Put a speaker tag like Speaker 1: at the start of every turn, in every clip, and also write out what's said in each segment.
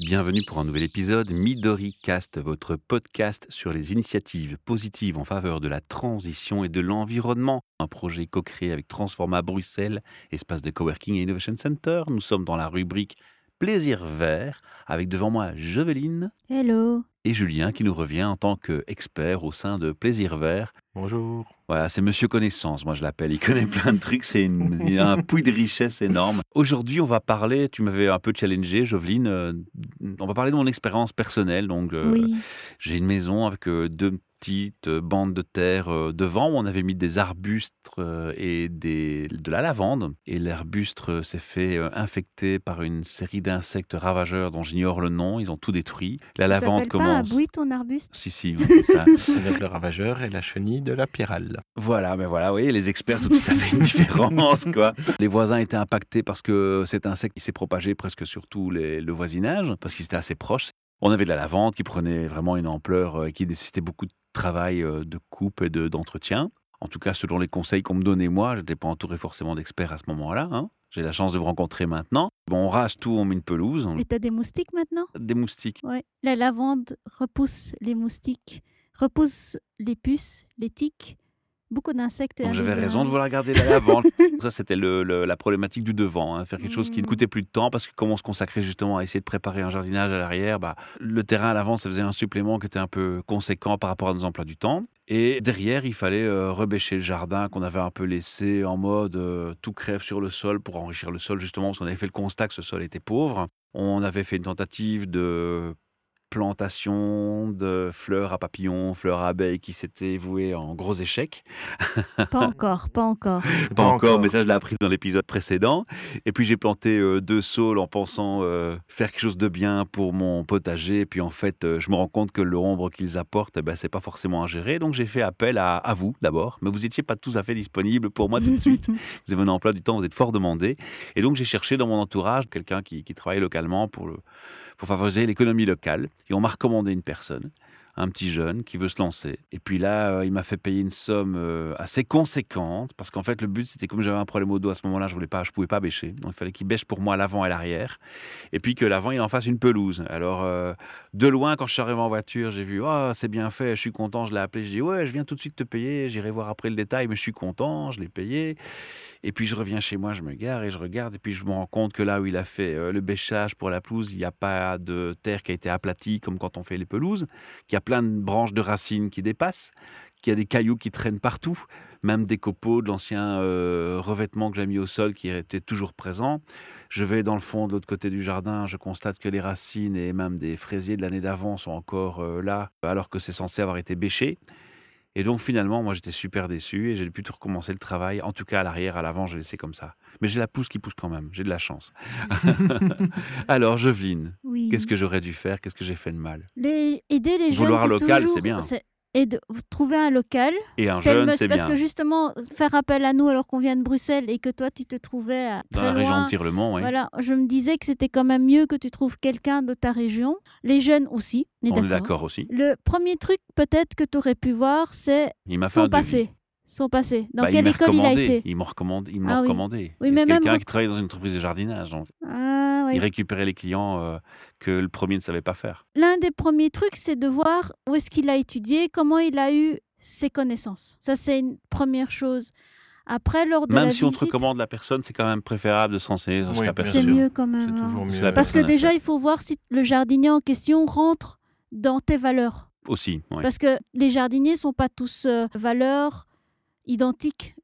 Speaker 1: bienvenue pour un nouvel épisode Midori Cast, votre podcast sur les initiatives positives en faveur de la transition et de l'environnement. Un projet co-créé avec Transforma Bruxelles, espace de coworking et innovation center. Nous sommes dans la rubrique Plaisir vert, avec devant moi Jeveline
Speaker 2: Hello.
Speaker 1: et Julien qui nous revient en tant qu'expert au sein de Plaisir vert.
Speaker 3: Bonjour.
Speaker 1: Voilà, c'est Monsieur Connaissance, moi je l'appelle. Il connaît plein de trucs, c'est une- il a un puits de richesse énorme. Aujourd'hui, on va parler, tu m'avais un peu challengé, Joveline, euh, on va parler de mon expérience personnelle. Donc, euh,
Speaker 2: oui.
Speaker 1: j'ai une maison avec euh, deux petites euh, bandes de terre euh, devant où on avait mis des arbustes euh, et des, de la lavande. Et l'arbuste euh, s'est fait euh, infecter par une série d'insectes ravageurs dont j'ignore le nom. Ils ont tout détruit. La
Speaker 2: Ça
Speaker 1: lavande
Speaker 2: s'appelle pas
Speaker 1: commence.
Speaker 2: abouit ton arbuste
Speaker 1: si, si, on fait ça.
Speaker 3: Avec le ravageur et la chenille de la pyrale.
Speaker 1: Voilà, mais voilà, oui, les experts, tout ça fait une différence, quoi. Les voisins étaient impactés parce que cet insecte, il s'est propagé presque sur tout les- le voisinage, parce qu'il était assez proche. On avait de la lavande qui prenait vraiment une ampleur euh, et qui nécessitait beaucoup de travail euh, de coupe et de- d'entretien. en tout cas, selon les conseils qu'on me donnait, moi, je n'étais pas entouré forcément d'experts à ce moment-là. hein. J'ai la chance de vous rencontrer maintenant. Bon, on rase tout, on met une pelouse,
Speaker 2: Et t'as des moustiques maintenant
Speaker 1: des moustiques.
Speaker 2: Ouais. La lavande repousse les moustiques, repousse les puces, les tiques, beaucoup d'insectes. hein.
Speaker 1: Donc j'avais
Speaker 2: amézonales.
Speaker 1: raison de vouloir garder la lavande. ça, c'était le- le- la problématique du devant, hein, faire quelque chose qui ne
Speaker 2: Mm.
Speaker 1: coûtait plus de temps, parce que comme on se consacrait justement à essayer de préparer un jardinage à l'arrière, bah, le terrain à l'avant, ça faisait un supplément qui était un peu conséquent par rapport à nos emplois du temps. Et derrière, il fallait euh, rebêcher le jardin qu'on avait un peu laissé en mode euh, tout crève sur le sol pour enrichir le sol, justement, parce qu'on avait fait le constat que ce sol était pauvre. On avait fait une tentative de plantation de fleurs à papillons, fleurs à abeilles qui s'était vouée en gros échec.
Speaker 2: Pas encore, pas encore.
Speaker 1: Pas encore, mais ça, je l'ai appris dans l'épisode précédent. Et puis, j'ai planté euh, deux saules en pensant euh, faire quelque chose de bien pour mon potager. Et puis, en fait, euh, je me rends compte que l'ombre qu'ils apportent, eh ben, c'est pas forcément à gérer. Donc, j'ai fait appel à, à vous d'abord. Mais vous n'étiez pas tout à fait disponible pour moi Ah, tout de suite. vous avez un emploi du temps, vous êtes fort demandé. Et donc, j'ai cherché dans mon entourage quelqu'un qui, qui travaille localement pour, le- pour favoriser l'économie locale. Et on m'a recommandé une personne, un petit jeune qui veut se lancer. Et puis là, euh, il m'a fait payer une somme euh, assez conséquente parce qu'en fait, le but, c'était comme j'avais un problème au dos à ce moment-là, je voulais pas, je pouvais pas bêcher. Donc, il fallait qu'il bêche pour moi l'avant et l'arrière. Et puis que l'avant, il en fasse une pelouse. Alors, euh, de loin, quand je suis arrivé en voiture, j'ai vu, ah, c'est bien fait, je suis content, je l'ai appelé, je dis, ouais, je viens tout de suite te payer, j'irai voir après le détail, mais je suis content, je l'ai payé. Et puis je reviens chez moi, je me gare et je regarde, et puis je me rends compte que là où il a fait euh, le bêchage pour la pelouse, il n'y a pas de terre qui a été aplatie comme quand on fait les pelouses, qu'il y a plein de branches de racines qui dépassent, qu'il y a des cailloux qui traînent partout, même des copeaux de l'ancien euh, revêtement que j'ai mis au sol qui était toujours présent. Je vais dans le fond de l'autre côté du jardin, je constate que les racines et même des fraisiers de l'année d'avant sont encore euh, là, alors que c'est censé avoir été bêché. Et donc finalement, moi j'étais super déçu et j'ai pu tout recommencer le travail. En tout cas, à l'arrière, à l'avant, j'ai laissé comme ça. Mais j'ai la pousse qui pousse quand même, j'ai de la chance. Alors, Jeveline,
Speaker 2: Oui.
Speaker 1: qu'est-ce que j'aurais dû faire Qu'est-ce que j'ai fait de mal
Speaker 2: Les- Aider les jeunes.
Speaker 1: Vouloir
Speaker 2: c'est
Speaker 1: un local,
Speaker 2: toujours-
Speaker 1: c'est bien.
Speaker 2: aide- Trouver un local.
Speaker 1: Et un
Speaker 2: c'était le
Speaker 1: jeune,
Speaker 2: must,
Speaker 1: c'est
Speaker 2: parce
Speaker 1: bien.
Speaker 2: que justement, faire appel à nous alors qu'on vient de Bruxelles et que toi, tu te trouvais à
Speaker 1: Dans
Speaker 2: très
Speaker 1: la région
Speaker 2: loin,
Speaker 1: de Tirlemont, oui.
Speaker 2: Voilà, je me disais que c'était quand même mieux que tu trouves quelqu'un de ta région. Les jeunes aussi, on est
Speaker 1: on est
Speaker 2: d'accord.
Speaker 1: d'accord aussi.
Speaker 2: Le premier truc peut-être que tu aurais pu voir, c'est
Speaker 1: Il m'a fait un
Speaker 2: son
Speaker 1: devis.
Speaker 2: passé. Son passé. Dans
Speaker 1: Bah,
Speaker 2: quelle
Speaker 1: il m'a
Speaker 2: école il a
Speaker 1: recommandé.
Speaker 2: été
Speaker 1: Il m'a recommandé. Il m'a
Speaker 2: Ah oui.
Speaker 1: recommandé.
Speaker 2: Oui,
Speaker 1: Et
Speaker 2: mais
Speaker 1: c'est
Speaker 2: même
Speaker 1: quelqu'un
Speaker 2: rec-
Speaker 1: qui travaillait dans une entreprise de jardinage. donc
Speaker 2: Ah, ouais.
Speaker 1: Il récupérait les clients euh, que le premier ne savait pas faire.
Speaker 2: L'un des premiers trucs, c'est de voir où est-ce qu'il a étudié, comment il a eu ses connaissances. Ça, c'est une première chose. Après, lors de
Speaker 1: Même
Speaker 2: la
Speaker 1: si on te
Speaker 2: visite,
Speaker 1: recommande la personne, c'est quand même préférable de se renseigner sur ce
Speaker 3: Oui,
Speaker 1: qu'a
Speaker 3: bien
Speaker 2: c'est
Speaker 3: sûr.
Speaker 2: mieux quand
Speaker 3: C'est
Speaker 2: même. hein.
Speaker 3: toujours
Speaker 1: C'est
Speaker 3: mieux.
Speaker 1: la
Speaker 2: Parce que
Speaker 1: personne à
Speaker 2: déjà,
Speaker 1: faire.
Speaker 2: il faut voir si le jardinier en question rentre dans tes valeurs.
Speaker 1: Aussi, oui.
Speaker 2: Parce que les jardiniers sont pas tous euh, valeurs identiques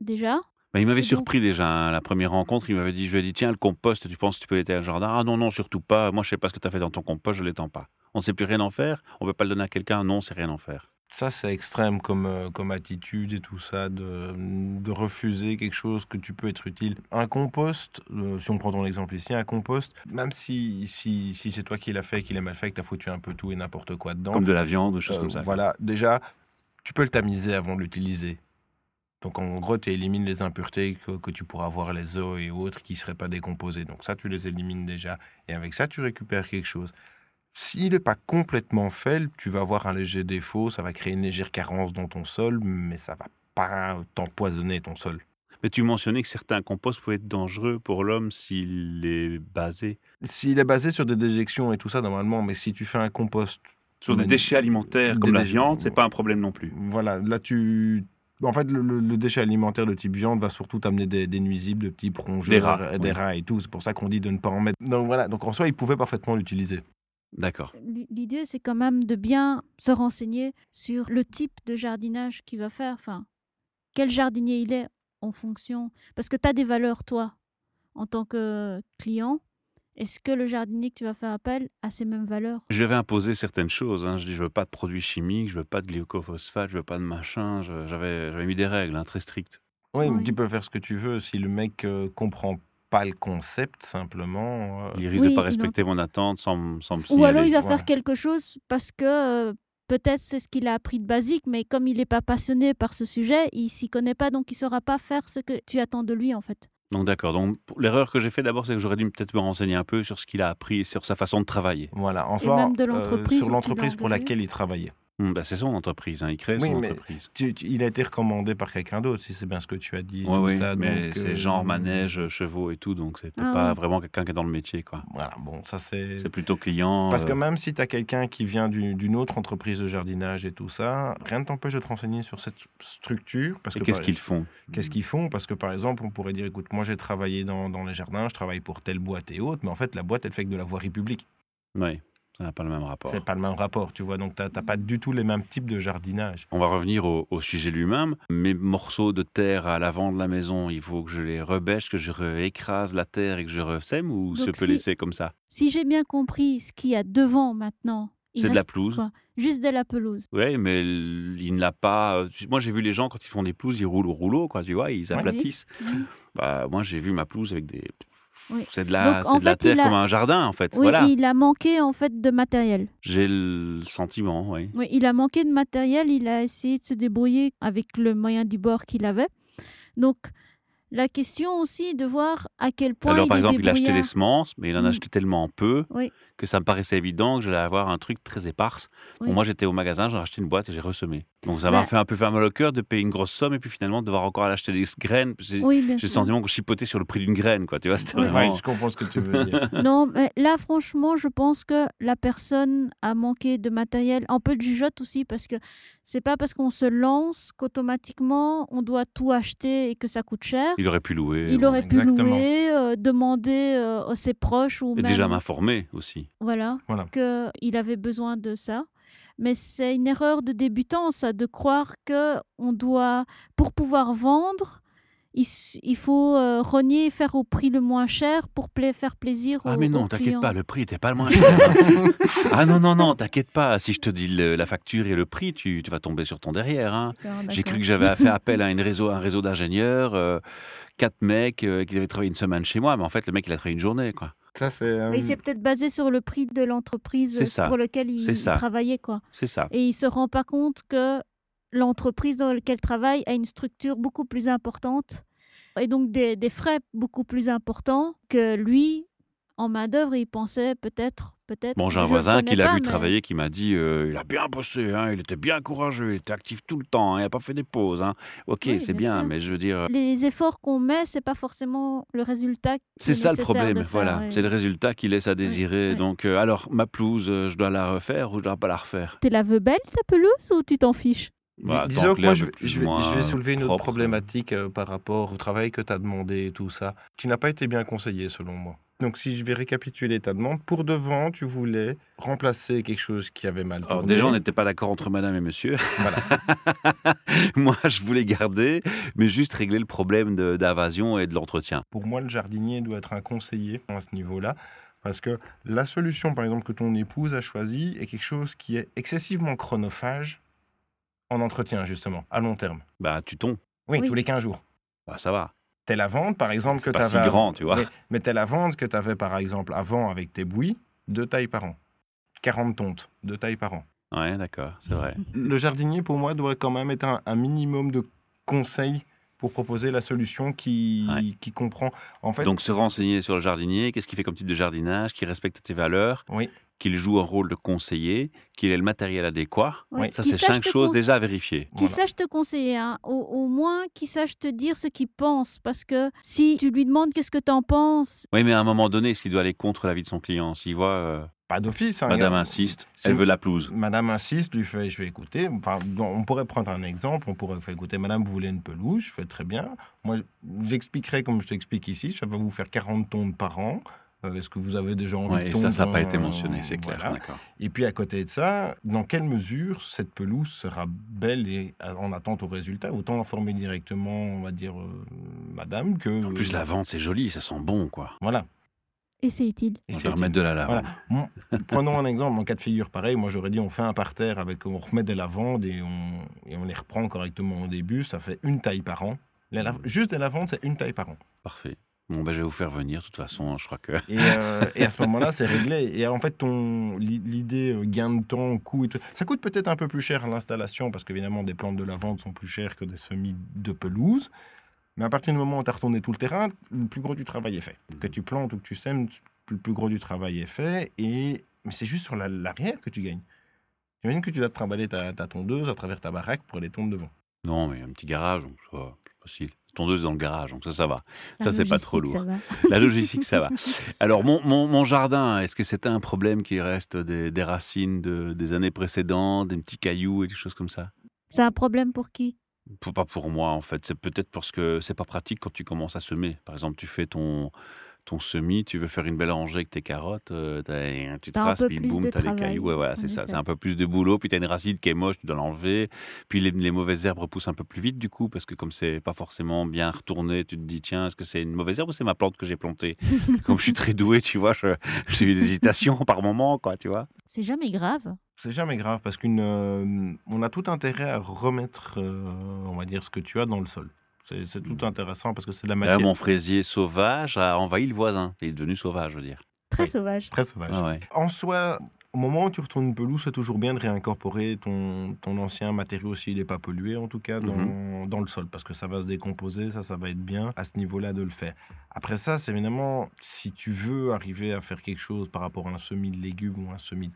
Speaker 2: déjà.
Speaker 1: Bah, il m'avait
Speaker 2: Et donc-
Speaker 1: surpris déjà hein, la première rencontre. Il m'avait dit, je lui ai dit, tiens, le compost, tu penses que tu peux l'étaler dans le jardin Ah non, non, surtout pas. Moi, je sais pas ce que tu as fait dans ton compost, je l'étends pas. On ne sait plus rien en faire. On peut pas le donner à quelqu'un. Non, c'est rien en faire.
Speaker 3: Ça, c'est extrême comme, euh, comme attitude et tout ça, de, de refuser quelque chose que tu peux être utile. Un compost, euh, si on prend ton exemple ici, un compost, même si, si, si c'est toi qui l'as fait, qui l'a mal fait, que t'as foutu un peu tout et n'importe quoi dedans,
Speaker 1: Comme de la viande, ou des choses
Speaker 3: euh,
Speaker 1: comme ça.
Speaker 3: voilà, déjà, tu peux le tamiser avant de l'utiliser. Donc en gros, tu élimines les impuretés que, que tu pourras avoir, les os et autres qui ne seraient pas décomposés. Donc ça, tu les élimines déjà. Et avec ça, tu récupères quelque chose. S'il n'est pas complètement fait, tu vas avoir un léger défaut, ça va créer une légère carence dans ton sol, mais ça va pas t'empoisonner ton sol.
Speaker 1: Mais tu mentionnais que certains composts pouvaient être dangereux pour l'homme s'il est basé
Speaker 3: S'il est basé sur des déjections et tout ça, normalement, mais si tu fais un compost.
Speaker 1: sur des
Speaker 3: manu-
Speaker 1: déchets alimentaires comme
Speaker 3: Des
Speaker 1: la
Speaker 3: déchets-
Speaker 1: viande, c'est pas un problème non plus.
Speaker 3: Voilà, là, tu. En fait, le, le- le déchet alimentaire de type viande va surtout t'amener des, des nuisibles, de petits rongeurs,
Speaker 1: Des rats,
Speaker 3: des
Speaker 1: oui.
Speaker 3: rats et tout. C'est pour ça qu'on dit de ne pas en mettre. Donc voilà, donc en soi, ils pouvaient parfaitement l'utiliser.
Speaker 1: D'accord.
Speaker 2: L- L'idée, c'est quand même de bien se renseigner sur le type de jardinage qu'il va faire. Enfin, quel jardinier il est en fonction. Parce que tu as des valeurs, toi, en tant que client. Est-ce que le jardinier que tu vas faire appel a ces mêmes valeurs
Speaker 1: Je vais imposer certaines choses. hein. Je dis, je veux pas de produits chimiques, je veux pas de glycophosphate, je veux pas de machin. Je- J'avais j'avais mis des règles hein, très strictes.
Speaker 3: Oui, mais
Speaker 2: Oui.
Speaker 3: tu peux faire ce que tu veux. Si le mec euh, comprend pas le concept, simplement. euh,
Speaker 1: Il risque
Speaker 2: Oui,
Speaker 1: de pas
Speaker 2: il en-
Speaker 1: respecter mon attente sans, m- sans me
Speaker 2: Ou alors
Speaker 1: signaler.
Speaker 2: il va
Speaker 3: voilà.
Speaker 2: faire quelque chose parce que euh, peut-être c'est ce qu'il a appris de basique, mais comme il n'est pas passionné par ce sujet, il s'y connaît pas, donc il saura pas faire ce que tu attends de lui en fait.
Speaker 1: Donc d'accord. Donc pour- l'erreur que j'ai fait d'abord, c'est que j'aurais dû peut-être me renseigner un peu sur ce qu'il a appris et sur sa façon de travailler.
Speaker 3: Voilà, en
Speaker 2: Et
Speaker 3: soi,
Speaker 2: même de
Speaker 3: euh,
Speaker 2: l'entreprise où
Speaker 3: sur
Speaker 2: tu
Speaker 3: l'entreprise
Speaker 2: l'as
Speaker 3: pour
Speaker 2: engagé.
Speaker 3: laquelle il travaillait.
Speaker 1: Hum, bah, c'est son entreprise. hein. Il crée
Speaker 3: Oui,
Speaker 1: son
Speaker 3: mais-
Speaker 1: entreprise.
Speaker 3: Tu- tu- il a été recommandé par quelqu'un d'autre, si c'est bien ce que tu as dit. et
Speaker 1: Ouais,
Speaker 3: tout
Speaker 1: oui,
Speaker 3: ça,
Speaker 1: mais
Speaker 3: donc,
Speaker 1: c'est
Speaker 3: euh,
Speaker 1: genre manège, chevaux et tout, donc c'est peut-être
Speaker 2: Ah
Speaker 1: pas
Speaker 2: ouais.
Speaker 1: vraiment quelqu'un qui est dans le métier, quoi.
Speaker 3: Voilà, bon, ça c'est.
Speaker 1: C'est plutôt client.
Speaker 3: Parce que
Speaker 1: euh,
Speaker 3: même si tu as quelqu'un qui vient du- d'une autre entreprise de jardinage et tout ça, rien ne t'empêche de te renseigner sur cette structure. Parce
Speaker 1: et
Speaker 3: que
Speaker 1: qu'est-ce
Speaker 3: par-
Speaker 1: qu'ils font
Speaker 3: Qu'est-ce qu'ils font Parce que par exemple, on pourrait dire écoute, moi j'ai travaillé dans, dans les jardins, je travaille pour telle boîte et autres, mais en fait, la boîte, elle fait que de la voirie publique.
Speaker 1: Oui, ça n'a pas le même rapport.
Speaker 3: C'est pas le même rapport, tu vois. Donc, tu n'as pas du tout les mêmes types de jardinage.
Speaker 1: On va revenir au, au sujet lui-même. Mes morceaux de terre à l'avant de la maison, il faut que je les rebêche, que je réécrase la terre et que je resème ou
Speaker 2: Donc
Speaker 1: je peux
Speaker 2: si-
Speaker 1: laisser comme ça
Speaker 2: Si j'ai bien compris ce qu'il y a devant maintenant, il
Speaker 1: C'est de la
Speaker 2: reste
Speaker 1: pelouse.
Speaker 2: quoi Juste de la pelouse.
Speaker 1: Oui, mais l- il n'a pas. euh, tu- Moi, j'ai vu les gens quand ils font des pelouses, ils roulent au rouleau, quoi, tu vois, ils
Speaker 3: Ouais.
Speaker 1: aplatissent.
Speaker 2: Oui.
Speaker 1: Bah, moi, j'ai vu ma pelouse avec des.
Speaker 2: Oui.
Speaker 1: C'est de la,
Speaker 2: Donc, en
Speaker 1: c'est de la
Speaker 2: fait, il
Speaker 1: terre
Speaker 2: a-
Speaker 1: comme un jardin, en fait.
Speaker 2: Oui,
Speaker 1: voilà.
Speaker 2: il a manqué en fait de matériel.
Speaker 1: J'ai le sentiment, oui.
Speaker 2: Oui, il a manqué de matériel, il a essayé de se débrouiller avec le moyen du bord qu'il avait. Donc la question aussi de voir à quel point
Speaker 1: Alors,
Speaker 2: il
Speaker 1: par
Speaker 2: est
Speaker 1: exemple, il a acheté des
Speaker 2: débrouillard.
Speaker 1: semences, mais il en
Speaker 2: Mm.
Speaker 1: a acheté tellement peu
Speaker 2: Oui.
Speaker 1: que ça me paraissait évident que j'allais avoir un truc très éparse. Bon,
Speaker 2: Oui.
Speaker 1: moi, j'étais au magasin, j'ai racheté une boîte et j'ai ressemé. Donc, ça
Speaker 2: Bah.
Speaker 1: m'a fait un peu faire mal au cœur de payer une grosse somme et puis finalement de devoir encore aller acheter des graines. J'ai j'ai
Speaker 2: Oui, bien
Speaker 1: le
Speaker 2: sûr.
Speaker 1: sentiment que je chipotais sur le prix d'une graine, quoi. Tu vois, c'était
Speaker 2: Oui.
Speaker 1: vraiment.
Speaker 3: Ouais, je comprends ce que tu veux dire.
Speaker 2: Non, mais là, franchement, je pense que la personne a manqué de matériel, un peu de jugeote aussi, parce que c'est pas parce qu'on se lance qu'automatiquement on doit tout acheter et que ça coûte cher.
Speaker 1: Il aurait pu louer.
Speaker 2: Il
Speaker 1: bon.
Speaker 2: aurait pu
Speaker 3: Exactement.
Speaker 2: louer, euh, demander euh, à ses proches ou
Speaker 1: Et
Speaker 2: même
Speaker 1: déjà m'informer aussi.
Speaker 2: voilà,
Speaker 3: Voilà.
Speaker 2: que il avait besoin de ça. Mais c'est une erreur de débutant, ça, de croire que on doit, pour pouvoir vendre, il, s- il faut euh, rogner et faire au prix le moins cher pour pla- faire plaisir
Speaker 1: Ah
Speaker 2: aux-
Speaker 1: mais
Speaker 2: aux
Speaker 1: non, t'inquiète
Speaker 2: clients.
Speaker 1: pas, le prix était pas le moins cher. hein. ah non, non, non, t'inquiète pas, si je te dis le- la facture et le prix, tu, tu vas tomber sur ton derrière. hein.
Speaker 2: Ah,
Speaker 1: J'ai
Speaker 2: d'accord.
Speaker 1: cru que j'avais fait appel à une réseau, un réseau d'ingénieurs, euh, quatre mecs euh, qui avaient travaillé une semaine chez moi, mais en fait, le mec, il a travaillé une journée, quoi.
Speaker 3: Ça, c'est. euh,
Speaker 2: Mais il s'est peut-être basé sur le prix de l'entreprise
Speaker 1: C'est ça.
Speaker 2: pour laquelle il,
Speaker 1: C'est
Speaker 2: il
Speaker 1: ça.
Speaker 2: travaillait. Quoi.
Speaker 1: C'est ça.
Speaker 2: Et il se rend pas compte que l'entreprise dans laquelle il travaille a une structure beaucoup plus importante et donc des, des frais beaucoup plus importants que lui, en main-d'œuvre, il pensait peut-être. peut-être
Speaker 1: Bon, j'ai un
Speaker 2: je le
Speaker 1: voisin
Speaker 2: connais
Speaker 1: qui l'a
Speaker 2: pas,
Speaker 1: vu
Speaker 2: mais-
Speaker 1: travailler, qui m'a dit euh, il a bien bossé, hein, il était bien courageux, il était actif tout le temps, hein, il n'a pas fait des pauses. hein. Ok,
Speaker 2: Oui,
Speaker 1: c'est
Speaker 2: bien
Speaker 1: bien,
Speaker 2: sûr.
Speaker 1: mais je veux dire,
Speaker 2: Les efforts qu'on met, c'est pas forcément le résultat. qui
Speaker 1: C'est
Speaker 2: est
Speaker 1: ça le
Speaker 2: nécessaire
Speaker 1: problème,
Speaker 2: de faire,
Speaker 1: voilà.
Speaker 2: ouais.
Speaker 1: C'est le résultat qui laisse à désirer.
Speaker 2: ouais.
Speaker 1: Donc, euh, alors, ma pelouse, euh, je dois la refaire ou je dois pas la refaire
Speaker 2: Tu la veux belle, ta pelouse, ou tu t'en fiches
Speaker 3: Dis-
Speaker 1: Bah,
Speaker 3: disons
Speaker 1: tant
Speaker 3: que
Speaker 1: que
Speaker 3: moi,
Speaker 1: l'herbe
Speaker 3: je,
Speaker 1: est
Speaker 3: vais-
Speaker 1: plus
Speaker 3: je
Speaker 1: ou
Speaker 3: vais,
Speaker 1: moins,
Speaker 3: je vais soulever une autre
Speaker 1: propre.
Speaker 3: problématique euh, par rapport au travail que tu as demandé et tout ça, qui n'a pas été bien conseillé selon moi. Donc, si je vais récapituler ta demande, pour devant, tu voulais remplacer quelque chose qui avait mal
Speaker 1: Alors,
Speaker 3: tourné.
Speaker 1: euh, déjà, on n'était pas d'accord entre madame et monsieur.
Speaker 3: Voilà.
Speaker 1: Moi, je voulais garder, mais juste régler le problème de- d'invasion et de l'entretien.
Speaker 3: Pour moi, le jardinier doit être un conseiller à ce niveau-là. Parce que la solution, par exemple, que ton épouse a choisie est quelque chose qui est excessivement chronophage en entretien, justement, à long terme.
Speaker 1: Bah, tu tombes.
Speaker 3: Oui,
Speaker 2: Oui.
Speaker 3: tous les 15 jours.
Speaker 1: Bah, ça va.
Speaker 3: T'es la vente, par
Speaker 1: C'est-
Speaker 3: exemple,
Speaker 1: c'est
Speaker 3: que tu
Speaker 1: pas si grand, tu vois.
Speaker 3: Mais, mais t'es la vente que tu avais, par exemple, avant avec tes bouillies, deux tailles par an. 40 tontes, deux tailles par an.
Speaker 1: Ouais, d'accord, c'est vrai.
Speaker 3: Le jardinier, pour moi, doit quand même être un, un minimum de conseils pour proposer la solution qui,
Speaker 1: Ouais.
Speaker 3: qui comprend. En fait,
Speaker 1: Donc se renseigner sur le jardinier, qu'est-ce qu'il fait comme type de jardinage, qu'il respecte tes valeurs,
Speaker 3: Oui.
Speaker 1: qu'il joue un rôle de conseiller, qu'il ait le matériel adéquat.
Speaker 2: Ouais,
Speaker 1: Ça,
Speaker 2: qu'il
Speaker 1: c'est
Speaker 2: sache
Speaker 1: cinq
Speaker 2: te
Speaker 1: choses
Speaker 2: con-
Speaker 1: déjà à vérifier.
Speaker 2: Qu'il
Speaker 3: Voilà.
Speaker 2: sache te conseiller, hein. au, au moins qu'il sache te dire ce qu'il pense. Parce que si tu lui demandes qu'est-ce que t'en penses,
Speaker 1: Oui, mais à un moment donné, est-ce qu'il doit aller contre l'avis de son client S'il voit euh,
Speaker 3: pas d'office. hein,
Speaker 1: Madame
Speaker 3: il y a-
Speaker 1: insiste,
Speaker 3: c'est-
Speaker 1: elle veut la pelouse.
Speaker 3: Madame insiste, lui fait, je vais écouter. Enfin, donc, on pourrait prendre un exemple, on pourrait faire écouter, Madame, vous voulez une pelouse, je fais très bien. Moi, j'expliquerai comme je t'explique ici, ça va vous faire 40 tonnes par an. Euh, Est-ce que vous avez déjà envie
Speaker 1: Ouais,
Speaker 3: de
Speaker 1: et ça, ça n'a
Speaker 3: tondre
Speaker 1: pas été
Speaker 3: un-
Speaker 1: mentionné, c'est clair.
Speaker 3: voilà.
Speaker 1: D'accord.
Speaker 3: Et puis à côté de ça, dans quelle mesure cette pelouse sera belle et à- en attente au résultat Autant informer directement, on va dire, euh, Madame que. euh,
Speaker 1: En plus, la vente, c'est joli, ça sent bon, quoi.
Speaker 3: Voilà.
Speaker 2: et c'est utile.
Speaker 3: Et
Speaker 1: On
Speaker 3: c'est
Speaker 1: va remettre de la lave.
Speaker 3: Voilà. Bon, prenons un exemple, en cas de figure pareil, moi j'aurais dit on fait un parterre avec, on remet des lavandes et on, et on les reprend correctement au début, ça fait une taille par an. La lave- juste des lavandes, c'est une taille par an.
Speaker 1: Parfait. Bon, ben, je vais vous faire venir, de toute façon, hein, je crois que...
Speaker 3: Et, euh, et à ce moment-là, c'est réglé. Et en fait, ton l'i- l'idée euh, gain de temps, coût, et tout, ça coûte peut-être un peu plus cher l'installation parce qu'évidemment, des plantes de lavande sont plus chères que des semis de pelouse. Mais à partir du moment où tu as retourné tout le terrain, le plus gros du travail est fait. Que tu plantes ou que tu sèmes, le plus gros du travail est fait. Et... Mais c'est juste sur la- l'arrière que tu gagnes. Imagine que tu dois te trimballer ta, ta tondeuse à travers ta baraque pour aller tomber devant.
Speaker 1: Non, mais un petit garage, donc ça va, c'est facile. Tondeuse dans le garage, donc ça, ça va. Ça, c'est pas trop lourd. La logistique, ça va. Alors, mon, mon- mon jardin, est-ce que c'était un problème qui reste des, des racines de- des années précédentes, des petits cailloux et des choses comme ça
Speaker 2: C'est un problème pour qui
Speaker 1: Pour- Pas pour moi, en fait. C'est peut-être parce que c'est pas pratique quand tu commences à semer. Par exemple, tu fais ton, ton semis, tu veux faire une belle rangée avec tes carottes, euh, t'as- tu
Speaker 2: T'as un
Speaker 1: traces,
Speaker 2: peu
Speaker 1: puis
Speaker 2: plus
Speaker 1: boum,
Speaker 2: de
Speaker 1: t'as les
Speaker 2: travail,
Speaker 1: cailloux. Ouais, voilà,
Speaker 2: en
Speaker 1: c'est ça.
Speaker 2: effet.
Speaker 1: C'est un peu plus de boulot, puis t'as une racine qui est moche, tu dois l'enlever. Puis les, les mauvaises herbes poussent un peu plus vite, du coup, parce que comme c'est pas forcément bien retourné, tu te dis, tiens, est-ce que c'est une mauvaise herbe ou c'est ma plante que j'ai plantée Comme je suis très doué, tu vois, je- j'ai eu des hésitations par moment, quoi, tu vois.
Speaker 2: C'est jamais grave.
Speaker 3: C'est jamais grave parce qu'une, euh, on a tout intérêt à remettre, euh, on va dire, ce que tu as dans le sol. C'est c'est tout intéressant parce que c'est de la
Speaker 1: Là,
Speaker 3: matière
Speaker 1: Bah, mon fraisier sauvage a envahi le voisin. Il est devenu sauvage, je veux dire.
Speaker 2: Très
Speaker 3: Oui.
Speaker 2: sauvage.
Speaker 3: très sauvage.
Speaker 1: Ah ouais.
Speaker 3: En soi, au moment où tu retournes une pelouse, c'est toujours bien de réincorporer ton, ton ancien matériau s'il n'est pas pollué, en tout cas, dans, dans le sol, parce que ça va se décomposer, ça, ça va être bien à ce niveau-là de le faire. Après ça, c'est évidemment, si tu veux arriver à faire quelque chose par rapport à un semis de légumes ou un semis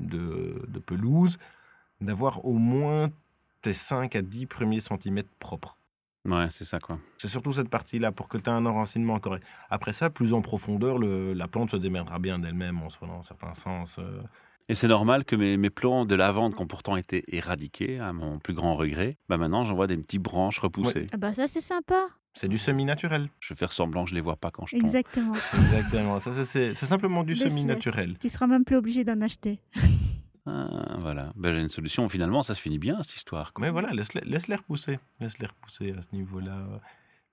Speaker 3: de, de pelouse, d'avoir au moins tes 5 à 10 premiers centimètres propres.
Speaker 1: Ouais, c'est ça, quoi.
Speaker 3: C'est surtout cette partie-là pour que tu aies un enracinement correct. Après ça, plus en profondeur, le- la plante se démerdera bien d'elle-même en soi, dans un certain sens. euh,
Speaker 1: Et c'est normal que mes, mes plants de lavande qui ont pourtant été éradiqués, à mon plus grand regret, bah maintenant j'en vois des petites branches repoussées.
Speaker 2: Ah bah ça c'est sympa.
Speaker 3: C'est du semi-naturel.
Speaker 1: Je fais semblant que je les vois pas quand je tombe.
Speaker 2: Exactement.
Speaker 3: Exactement. Ça, ça, c'est c'est simplement du
Speaker 2: Laisse-le.
Speaker 3: semi-naturel.
Speaker 2: tu seras même plus obligé d'en acheter.
Speaker 1: Ah, voilà, Bah, j'ai une solution. Finalement, ça se finit bien cette histoire. quoi.
Speaker 3: Mais voilà, laisse-les laisse repousser. Laisse-les repousser à ce niveau-là.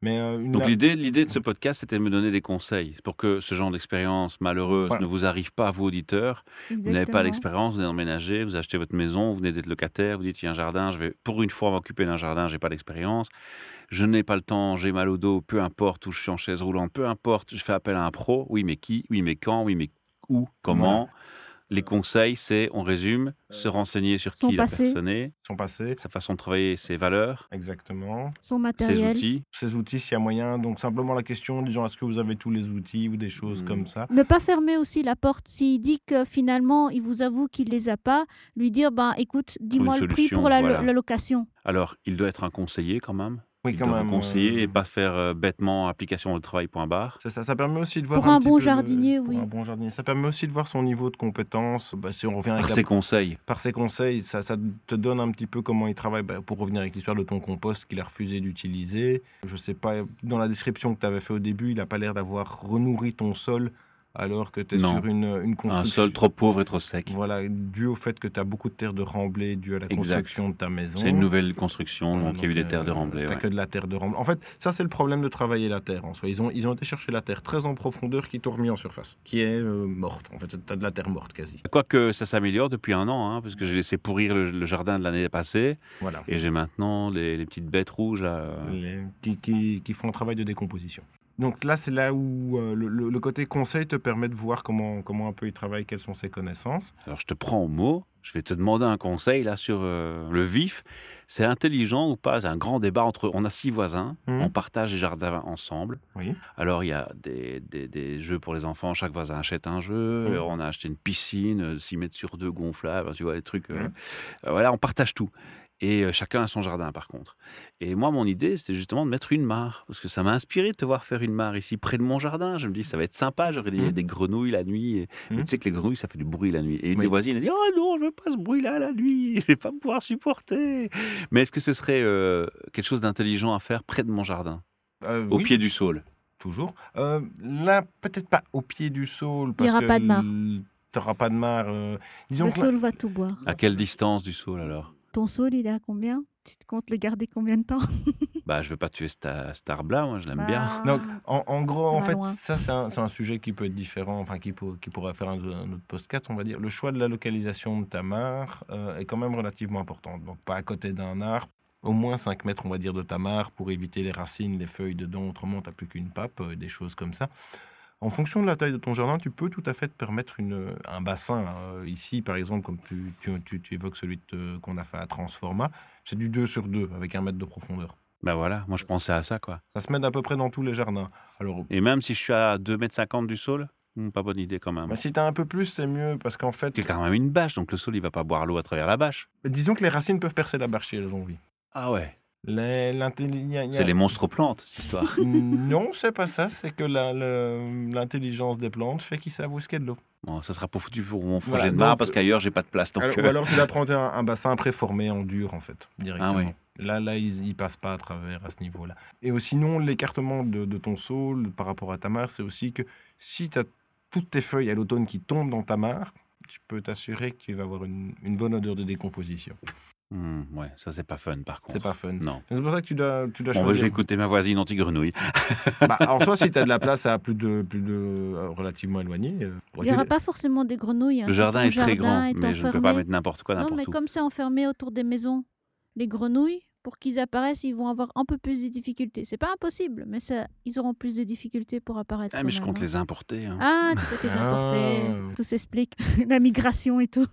Speaker 3: Mais euh, une
Speaker 1: Donc
Speaker 3: la-
Speaker 1: l'idée, l'idée de ce podcast, c'était de me donner des conseils pour que ce genre d'expérience malheureuse
Speaker 3: Voilà.
Speaker 1: ne vous arrive pas à vous auditeurs. Vous n'avez pas l'expérience, vous venez d'emménager, vous achetez votre maison, vous venez d'être locataire, vous dites il y a un jardin, je vais pour une fois m'occuper d'un jardin, j'ai pas d'expérience, je n'ai pas le temps, j'ai mal au dos, peu importe où je suis en chaise roulante, peu importe, je fais appel à un pro. Oui, mais qui Oui, mais quand Oui, mais où Comment Les conseils, c'est, on résume,
Speaker 3: Euh,
Speaker 1: se renseigner sur
Speaker 2: Son
Speaker 1: qui la
Speaker 2: passé.
Speaker 1: personne est,
Speaker 3: sont passées.
Speaker 1: sa façon de travailler, ses valeurs,
Speaker 3: Exactement.
Speaker 2: Son
Speaker 1: ses
Speaker 2: matériel.
Speaker 1: outils.
Speaker 3: Ces outils, s'il y a moyen. Donc, simplement la question du genre, est-ce que vous avez tous les outils ou des choses
Speaker 1: Mhm.
Speaker 3: comme ça
Speaker 2: Ne pas fermer aussi la porte. S'il dit que finalement il vous avoue qu'il les a pas, lui dire ben écoute, dis-moi le prix
Speaker 1: solution,
Speaker 2: pour la, lo-
Speaker 1: voilà.
Speaker 2: la location.
Speaker 1: Alors, il doit être un conseiller quand même.
Speaker 3: Oui,
Speaker 1: Il
Speaker 3: quand
Speaker 1: doit
Speaker 3: même.
Speaker 1: vous conseiller
Speaker 3: euh,
Speaker 1: et pas faire euh, bêtement application de travail point barre.
Speaker 3: C'est ça, ça permet aussi de voir
Speaker 2: Pour un
Speaker 3: petit
Speaker 2: bon
Speaker 3: peu le-
Speaker 2: jardinier,
Speaker 3: pour
Speaker 2: oui.
Speaker 3: un bon jardinier. Ça permet aussi de voir son niveau de compétence. Bah, si on revient avec
Speaker 1: Par
Speaker 3: la-
Speaker 1: ses conseils.
Speaker 3: par ses conseils, ça, ça te donne un petit peu comment il travaille. Bah, pour revenir avec l'histoire de ton compost qu'il a refusé d'utiliser, je sais pas, dans la description que tu avais fait au début, il n'a pas l'air d'avoir renourri ton sol alors que tu es
Speaker 1: Non.
Speaker 3: sur une, une
Speaker 1: Un
Speaker 3: construction.
Speaker 1: sol trop pauvre et trop sec.
Speaker 3: Voilà, dû au fait que tu as beaucoup de terre de remblai, dû à la
Speaker 1: Exact.
Speaker 3: construction de ta maison.
Speaker 1: C'est une nouvelle construction,
Speaker 3: Voilà,
Speaker 1: donc il y a eu des
Speaker 3: euh,
Speaker 1: terres de remblai.
Speaker 3: T'as
Speaker 1: ouais.
Speaker 3: que de la terre de remblai. En fait, ça, c'est le problème de travailler la terre en soi. Ils ont, ils ont été chercher la terre très en profondeur qui t'ont remis en surface, qui est euh, morte. En fait, t'as de la terre morte quasi.
Speaker 1: Quoique ça s'améliore depuis un an, hein, parce que j'ai laissé pourrir le, le jardin de l'année passée,
Speaker 3: Voilà.
Speaker 1: et j'ai maintenant les, les petites bêtes rouges. là, euh.
Speaker 3: Les- qui, qui, qui font un travail de décomposition. Donc là, c'est là où euh, le, le- le côté conseil te permet de voir comment, comment un peu il travaille, quelles sont ses connaissances.
Speaker 1: Alors je te prends au mot, je vais te demander un conseil là sur euh, le vif. C'est intelligent ou pas C'est un grand débat entre. On a six voisins,
Speaker 3: Mhm.
Speaker 1: on partage les jardins ensemble.
Speaker 3: Oui.
Speaker 1: Alors il y a des, des- des jeux pour les enfants. Chaque voisin achète un jeu.
Speaker 3: Mhm.
Speaker 1: On a acheté une piscine, euh, 6 mètres sur 2 gonflable. Tu vois les trucs. euh,
Speaker 3: Mhm.
Speaker 1: euh, voilà, on partage tout. Et euh, chacun a son jardin par contre. Et moi, mon idée, c'était justement de mettre une mare. Parce que ça m'a inspiré de te voir faire une mare ici près de mon jardin. Je me dis, ça va être sympa. J'aurai des,
Speaker 3: Mhm.
Speaker 1: des grenouilles la nuit. et- mais
Speaker 3: Mhm.
Speaker 1: tu sais que les grenouilles, ça fait du bruit la nuit. Et une
Speaker 3: Oui.
Speaker 1: des voisines a dit Oh non, je veux pas ce bruit-là la nuit, je vais pas me pouvoir supporter. Mais est-ce que ce serait euh, quelque chose d'intelligent à faire près de mon jardin,
Speaker 3: Euh,
Speaker 1: au
Speaker 3: oui,
Speaker 1: pied du saule
Speaker 3: Toujours. Euh, là, peut-être pas au pied du saule.
Speaker 2: Il y
Speaker 3: parce
Speaker 2: aura
Speaker 3: que
Speaker 2: pas de mare.
Speaker 3: l- T'auras pas de mare. euh, disons
Speaker 2: Le
Speaker 3: que-
Speaker 2: saule va tout
Speaker 3: Ah,
Speaker 2: boire.
Speaker 1: À quelle distance du saule alors
Speaker 2: Ton saule, il est à combien Tu te comptes le garder combien de temps
Speaker 1: Bah, je vais pas tuer Star Starbla, moi, je l'aime bien.
Speaker 2: Ah,
Speaker 3: Donc, en, en gros,
Speaker 2: Ça
Speaker 3: en
Speaker 2: va
Speaker 3: fait,
Speaker 2: loin.
Speaker 3: ça, c'est un, c'est un sujet qui peut être différent, enfin, qui, pour- qui pourrait faire un, un autre podcast, on va dire. Le choix de la localisation de ta mare euh, est quand même relativement important. Donc, pas à côté d'un arbre, au moins 5 mètres, on va dire, de ta mare pour éviter les racines, les feuilles dedans, autrement, t'as plus qu'une pape, euh, des choses comme ça. En fonction de la taille de ton jardin, tu peux tout à fait te permettre une, un bassin. Euh, ici, par exemple, comme tu, tu, tu- tu évoques celui de- qu'on a fait à Transforma, c'est du 2 sur 2 avec un mètre de profondeur.
Speaker 1: Bah voilà, moi je pensais à ça quoi.
Speaker 3: Ça se met à peu près dans tous les jardins. Alors,
Speaker 1: Et même si je suis à 2,50 m du saule, hmm, pas bonne idée quand même.
Speaker 3: Bah, si t'as un peu plus, c'est mieux parce qu'en fait,
Speaker 1: Il y a quand même une bâche, donc le saule il va pas boire l'eau à travers la bâche.
Speaker 3: disons que les racines peuvent percer la barre chez les zombies.
Speaker 1: Ah ouais,
Speaker 3: Les, l'intelligence.
Speaker 1: c'est les monstres plantes cette histoire.
Speaker 3: Non, c'est pas ça. C'est que la- le- l'intelligence des plantes fait qu'ils savent où ce qu'est de l'eau.
Speaker 1: Bon, ça sera pas foutu pour mon
Speaker 3: Voilà,
Speaker 1: projet de
Speaker 3: donc-
Speaker 1: mare parce qu'ailleurs j'ai pas de place. Donc,
Speaker 3: Alors-
Speaker 1: euh,
Speaker 3: Ou alors tu la prends t'as un, un bassin préformé en dur en fait directement.
Speaker 1: Ah oui.
Speaker 3: Là, là, ils, ils passent pas à travers à ce niveau-là. Et euh, sinon, l'écartement de, de ton saule par rapport à ta mare, c'est aussi que si tu as toutes tes feuilles à l'automne qui tombent dans ta mare, tu peux t'assurer que tu vas avoir une, une bonne odeur de décomposition.
Speaker 1: Hmm, ouais, ça c'est pas fun par contre.
Speaker 3: C'est pas fun.
Speaker 1: Non.
Speaker 3: C'est pour ça que tu dois, tu dois
Speaker 1: Bon, bah, je
Speaker 3: choisir.
Speaker 1: vais écouter ma voisine anti-grenouille.
Speaker 3: Bah, en soi, si tu as de la place à plus de, plus de euh, relativement éloigné, euh,
Speaker 2: Il
Speaker 3: tu-
Speaker 2: n'y aura pas forcément des grenouilles. hein.
Speaker 1: Le
Speaker 2: Si
Speaker 1: jardin
Speaker 2: ton
Speaker 1: est très grand,
Speaker 2: jardin est
Speaker 1: mais je ne peux pas
Speaker 2: enfermé-
Speaker 1: mettre n'importe quoi
Speaker 2: Non,
Speaker 1: n'importe
Speaker 2: mais
Speaker 1: où.
Speaker 2: comme c'est enfermé autour des maisons, les grenouilles, pour qu'ils apparaissent, ils vont avoir un peu plus de difficultés. C'est pas impossible, mais ça, ils auront plus de difficultés pour apparaître.
Speaker 1: Ah,
Speaker 2: quand
Speaker 1: mais je
Speaker 2: même,
Speaker 1: compte
Speaker 2: hein.
Speaker 1: les importer. hein.
Speaker 2: Ah, tu peux les importer.
Speaker 3: Ah.
Speaker 2: Tout s'explique. La migration et tout.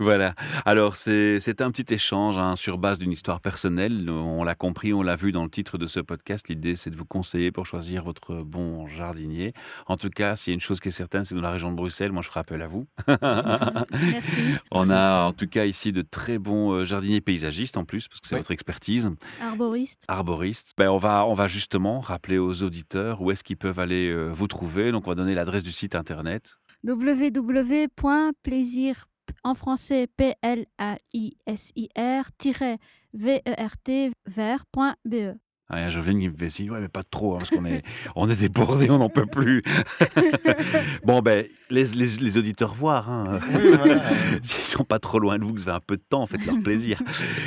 Speaker 1: Voilà. Alors, c'est c'est un petit échange hein, sur base d'une histoire personnelle. On l'a compris, on l'a vu dans le titre de ce podcast. L'idée, c'est de vous conseiller pour choisir votre bon jardinier. En tout cas, s'il y a une chose qui est certaine, c'est dans la région de Bruxelles. Moi, je ferai appel à vous.
Speaker 2: Merci.
Speaker 1: On a en tout cas ici de très bons euh, jardiniers paysagistes en plus, parce que c'est
Speaker 3: Oui.
Speaker 1: votre expertise.
Speaker 2: Arboriste.
Speaker 1: arboriste. Ben, on, va, on va justement rappeler aux auditeurs où est-ce qu'ils peuvent aller euh, vous trouver. Donc, on va donner l'adresse du site internet.
Speaker 2: www.plaisir en français p l a i s i r v e r t vert.be.
Speaker 1: Ah, il y a Jocelyne qui me fait signe, ouais, mais pas trop, hein, parce qu'on est, on est débordés, on n'en peut plus.
Speaker 2: E.
Speaker 1: bon, ben, laisse les, les auditeurs voir. hein.
Speaker 3: Oui, voilà.
Speaker 1: S'ils sont pas trop loin de vous, que ça fait un peu de temps, faites leur plaisir.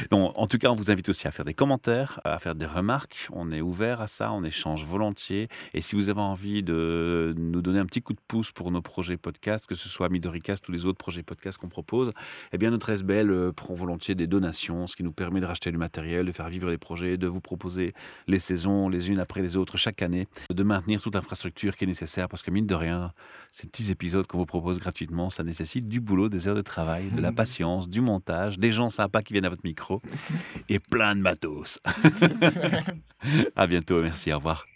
Speaker 1: Donc, en tout cas, on vous invite aussi à faire des commentaires, à faire des remarques. On est ouvert à ça, on échange volontiers. Et si vous avez envie de nous donner un petit coup de pouce pour nos projets podcasts, que ce soit Midoricast ou les autres projets podcasts qu'on propose, eh bien, notre SBL euh, prend volontiers des donations, ce qui nous permet de racheter du matériel, de faire vivre les projets, de vous proposer les saisons les unes après les autres chaque année, de maintenir toute l'infrastructure qui est nécessaire parce que mine de rien, ces petits épisodes qu'on vous propose gratuitement, ça nécessite du boulot, des heures de travail, de la patience, du montage, des gens sympas qui viennent à votre micro et plein de matos. à bientôt, merci, au revoir.